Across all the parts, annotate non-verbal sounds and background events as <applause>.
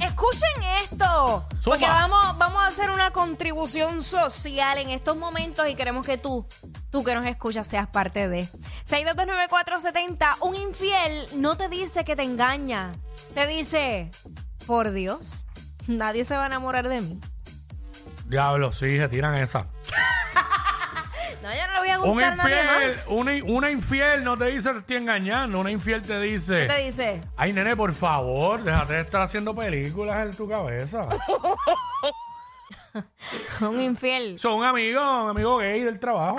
Escuchen esto, porque Zumba. vamos, vamos a hacer una contribución social en estos momentos y queremos que tú, tú que nos escuchas, seas parte de. 6229470, un infiel no te dice que te engaña, te dice, por Dios, nadie se va a enamorar de mí. Diablo, sí, se tiran esa. No, ya no le voy a Un gustar a nadie infiel, más. una, una infiel no te dice te estoy engañando, una infiel te dice, ¿Qué te dice? ay nene, por favor, déjate de estar haciendo películas en <laughs> tu cabeza. Un infiel. Son un amigo, un amigo gay del trabajo.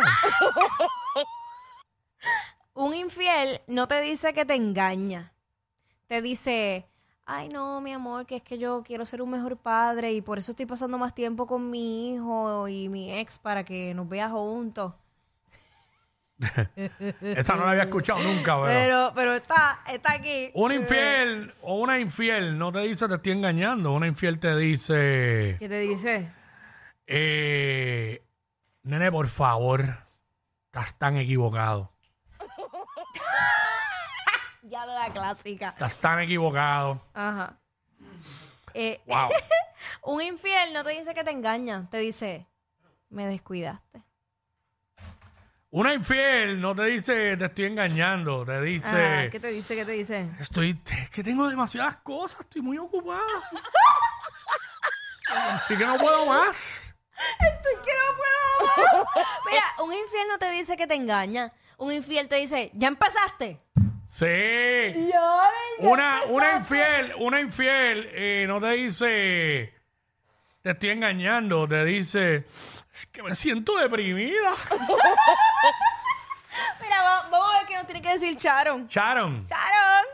un infiel no te dice que te engaña. Te dice, ay no, mi amor, que es que yo quiero ser un mejor padre y por eso estoy pasando más tiempo con mi hijo y mi ex para que nos vea juntos. esa no la había escuchado nunca, pero... Pero, pero está, está aquí. Un infiel o una infiel no te dice te estoy engañando, una infiel te dice, ¿Qué te dice? eh, nene, por favor, estás tan equivocado, Ya la clásica. estás tan equivocado. Ajá. Eh, Wow. <laughs> un infiel no te dice que te engaña, te dice, me descuidaste. Una infiel no te dice te estoy engañando, te dice Ajá, ¿Qué te dice? ¿Qué Ah, te dice? estoy es que tengo demasiadas cosas, estoy muy ocupada. <laughs> Así que no puedo más. Estoy que no puedo más. <laughs> Mira, un infiel no te dice que te engaña. Un infiel te dice, ya empezaste. Sí. Una, pues, una infiel, una infiel eh, no te dice te estoy engañando, te dice es que me siento deprimida. Mira, va- vamos a ver qué nos tiene que decir Charon. Sharon, Charon,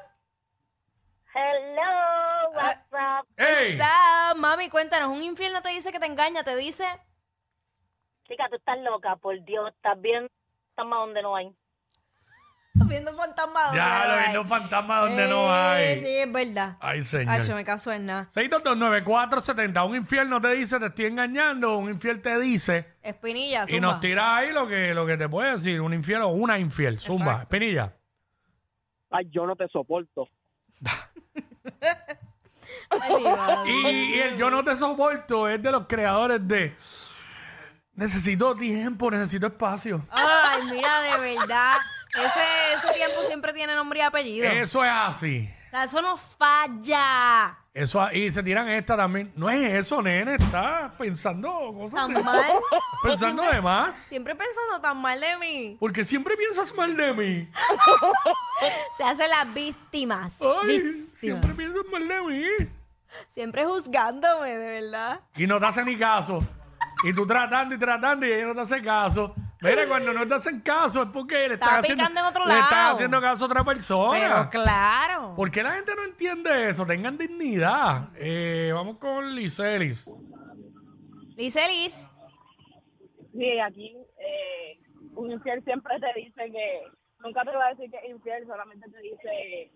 Hello, Ah. what's up? hey, está, mami, cuéntanos. Un infiel no te dice que te engaña, te dice, Chica, tú estás loca, por Dios, estás bien, estás más donde no hay. viendo fantasma. donde ya no lo hay. viendo fantasma donde no Eh, Sí, hay. es verdad. Ay, señor. Ay, yo me caso en nada. 6229470. Un infiel no te dice te estoy engañando, un infiel te dice Espinilla, y zumba. nos tira ahí lo que, lo que te puede decir, un infiel o una infiel. Zumba, Exacto. Espinilla. Ay, yo no te soporto. Ay, mi madre. <laughs> Y, y el yo no te soporto es de los creadores de Necesito tiempo, necesito espacio. Ay, mira, de verdad. Ese, ese tiempo siempre tiene nombre y apellido. Eso es así. O sea, eso no falla. Eso a- y se tiran esta también. No es eso, nene, está pensando cosas. Tan de- mal. pensando de más. Siempre pensando tan mal de mí. Porque siempre piensas mal de mí. Se hacen las víctimas. Ay, víctimas. siempre piensas mal de mí. Siempre juzgándome, de verdad. y no te hace ni caso. Y tú tratando y tratando y ella no te hace caso. Mira, cuando no te hacen caso es porque le Estaba están haciendo, picando en otro le están lado. haciendo caso a otra persona. Pero claro. ¿Por qué la gente no entiende eso? Tengan dignidad. Eh, vamos con Licelis. Dice Liz. Sí, aquí eh, un infiel siempre te dice que nunca te va a decir que es infiel, solamente te dice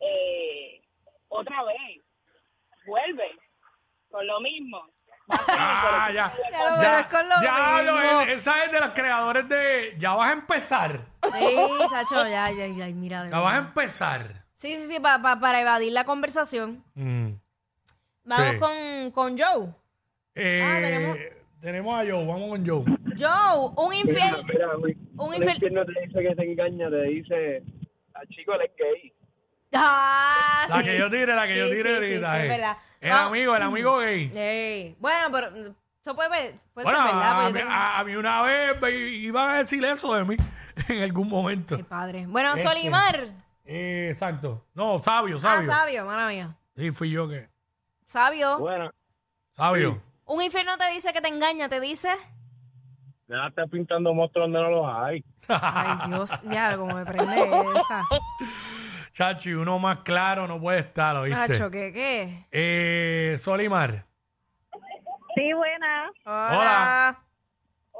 eh, otra vez, vuelve con lo mismo. Ah, ya. Ya lo verás con lo ya mismo. lo- esa es de los creadores de. Ya vas a empezar. Sí, <laughs> chacho, ya, ya, ya, mira. De Ya vas a verdad. empezar. Sí, sí, sí, pa- pa- para evadir la conversación. Mm. Vamos Sí. con, con Joe. Eh, Ah, tenemos- tenemos a Joe. Vamos con Joe. Joe, un infiel. Mira, un, un un infel- infiel no te dice que te engaña, te dice, al chico él es gay. Ah, La sí. que yo tire, la que Sí, yo sí, tire sí, sí, ahorita, es Ah. eh. verdad. El Vamos- amigo, el amigo gay. Ey, Bueno, pero mm, Eso puede, ver- puede Bueno, ser verdad. a, pero pues, yo mí, tengo- a- a mí una vez me iban a decir eso de mí <laughs> en algún momento. Qué padre. Bueno, Este. Solimar. Eh, exacto. No, sabio, Ah, sabio. sabio, mala mía. Sí, fui yo que. Sabio. Bueno, Sabio. Un infierno te dice que te engaña, te dice. nada, estar pintando monstruos donde no los hay. <laughs> Ay, Dios, ya, como me <laughs> prende esa. Chachi, uno más claro no puede estar, ¿oíste? Nacho, ¿qué? ¿Qué? Eh, Solimar. Sí, buena. Hola.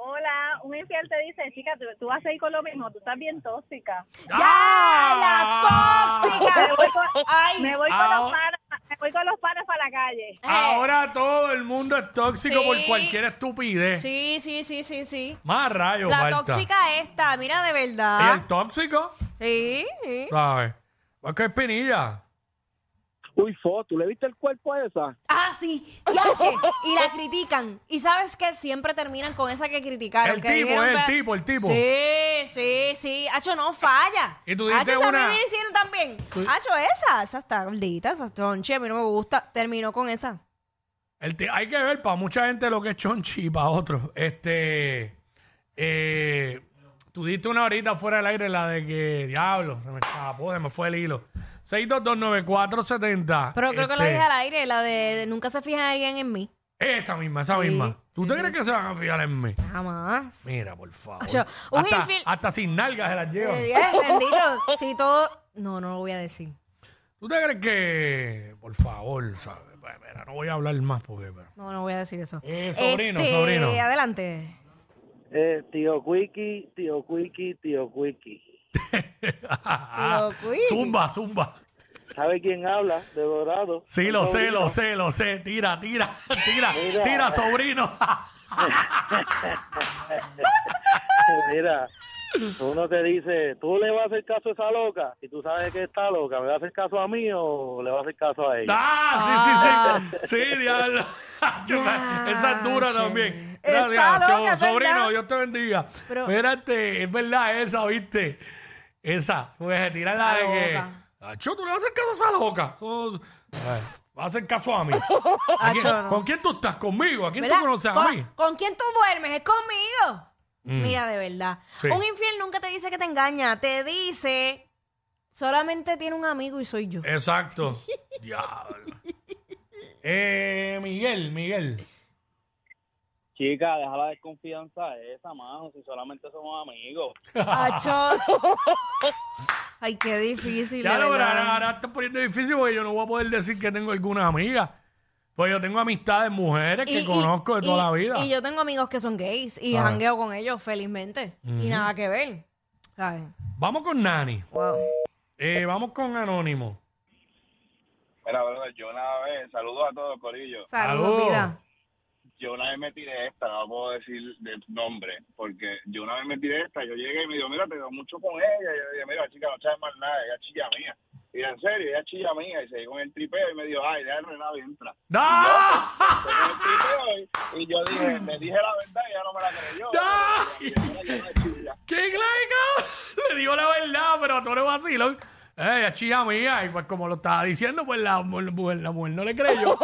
Hola, un infiel te dice, chica, tú, tú vas a ir con lo mismo, tú estás bien tóxica. ¡Ah! ¡Ya! ¡La <laughs> tóxica! Me voy con, Ay, me voy con ah. los panas, me voy con los panas para la calle. Ahora todo el mundo es tóxico Sí. por cualquier estupidez. Sí, sí, sí, sí, sí. Más rayos, La Marta. tóxica ¿ah? esta, mira, de ¿Y verdad. el tóxico? Sí, sí. ¿Sabes? ¿Por qué espinilla? Uy, Fo, ¿tú le viste el cuerpo a esa? Ah, sí, yache. Y la critican. Y sabes que siempre terminan con esa que criticaron. El que tipo, dijeron el que- tipo, el tipo. Sí, sí, sí. Hacho, no falla. Y tú dices Hacho, esa una- a mí me hicieron también. Tú- Hacho, esa. Esa está gordita, esa chonche. A mí no me gusta. Terminó con esa. El ti- hay que ver para mucha gente lo que es chonchi y para otros. Este. eh, tú diste una horita fuera del aire la de que, diablo, se me escapó, se me fue el hilo. 6229470. Pero creo que lo Este, dije al aire, la de nunca se fijarían en mí. Esa misma, esa Sí, misma. ¿Tú te crees que se van a fijar en mí? Jamás. Mira, por favor. O sea, un hasta, infil- hasta sin nalgas se las llevan. Eh, bendito. Sí, todo. No, no lo voy a decir. ¿Tú te crees que.? Por favor, ¿sabes? Pues, Mira, no voy a hablar más porque. pero- No, no voy a decir eso. Este, Eh, sobrino, sobrino. Adelante. Eh, tío Quiki, tío Quiki, tío Quiki. <laughs> Loco, y- zumba, zumba. ¿Sabe quién habla? De Dorado. Sí, lo sé, lo sé, lo sé. Tira, tira, <laughs> tira, Mira. tira, sobrino. <laughs> <laughs> Mira, uno te dice, ¿tú le vas a hacer caso a esa loca? Y tú sabes que está loca, ¿me vas a hacer caso a mí o le vas a hacer caso a ella? Ah, sí, sí, sí. Sí, diablo. <laughs> Esa esa es dura Ya, también. che. Está Gracias, so- loca, es sobrino. verdad. Dios te bendiga. Pero- Espérate, es verdad esa, ¿viste? Esa. Pues tira la de que. loca. Acho, tú le vas a hacer caso a esa loca. Tú- Ay, Vas a hacer caso a mí. <laughs> ¿A Acho, quién- no. ¿Con quién tú estás? ¿Conmigo? ¿A quién ¿Verdad? tú conoces? ¿A ¿Con, mí? con quién tú duermes? Es conmigo. Mm. Mira, de verdad. Sí. Un infiel nunca te dice que te engaña. Te dice, solamente tiene un amigo y soy <laughs> yo. Exacto. <laughs> Diablo. Eh, Miguel, Miguel. Chica, deja la desconfianza esa, mano, si solamente somos amigos. <laughs> Acho. Ay, qué difícil. Ya de lo verdad. ahora, ahora está poniendo difícil porque yo no voy a poder decir que tengo alguna amiga. Pues yo tengo amistades mujeres que Y- y- conozco de y- toda la vida. Y yo tengo amigos que son gays y Ah. jangueo con ellos felizmente. Y nada que ver. ¿Sabes? Vamos con Nani. Wow. Eh, vamos con Anónimo. Mira, brother, yo una vez, saludos a todos, Corillo. Saludos, Saludos. vida. Yo una vez me tiré esta, no puedo decir de nombre, porque yo una vez me tiré esta, yo llegué y me dijo, mira, te veo mucho con ella. Y yo dije, mira, chica, no sabes más nada, ella es chilla mía. Y yo, en serio, ella es chilla mía. Y se llegó en el tripeo y me dijo, ay, déjame nada y entra. ¡Ah! Se llegó en el tripeo y, y yo dije, le dije la verdad y ella no me la creyó. ¡Ah! Pero, yo, yo, yo, yo, yo, chilla. <laughs> ¡Qué claro! <laughs> Le digo la verdad, pero a todo le vacilo. Eh, es chilla mía. Y pues como lo estaba diciendo, pues la mu- mujer, la mujer no <laughs> le creyó.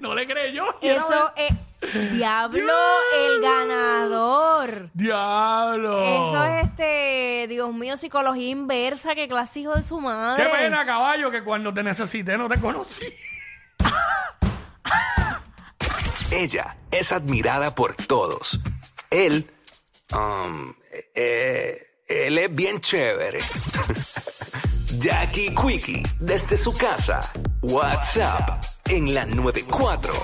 no le creyó. Y era Eso verdad. es. Diablo, el ganador. ¡Diablo! Eso es este, Dios mío, psicología inversa, que clase hijo de su madre. ¡Qué pena, caballo, que cuando te necesité no te conocí! Ella es admirada por todos. Él, um, eh, él es bien chévere. <laughs> Jackie Quickie, desde su casa. WhatsApp, en la 94.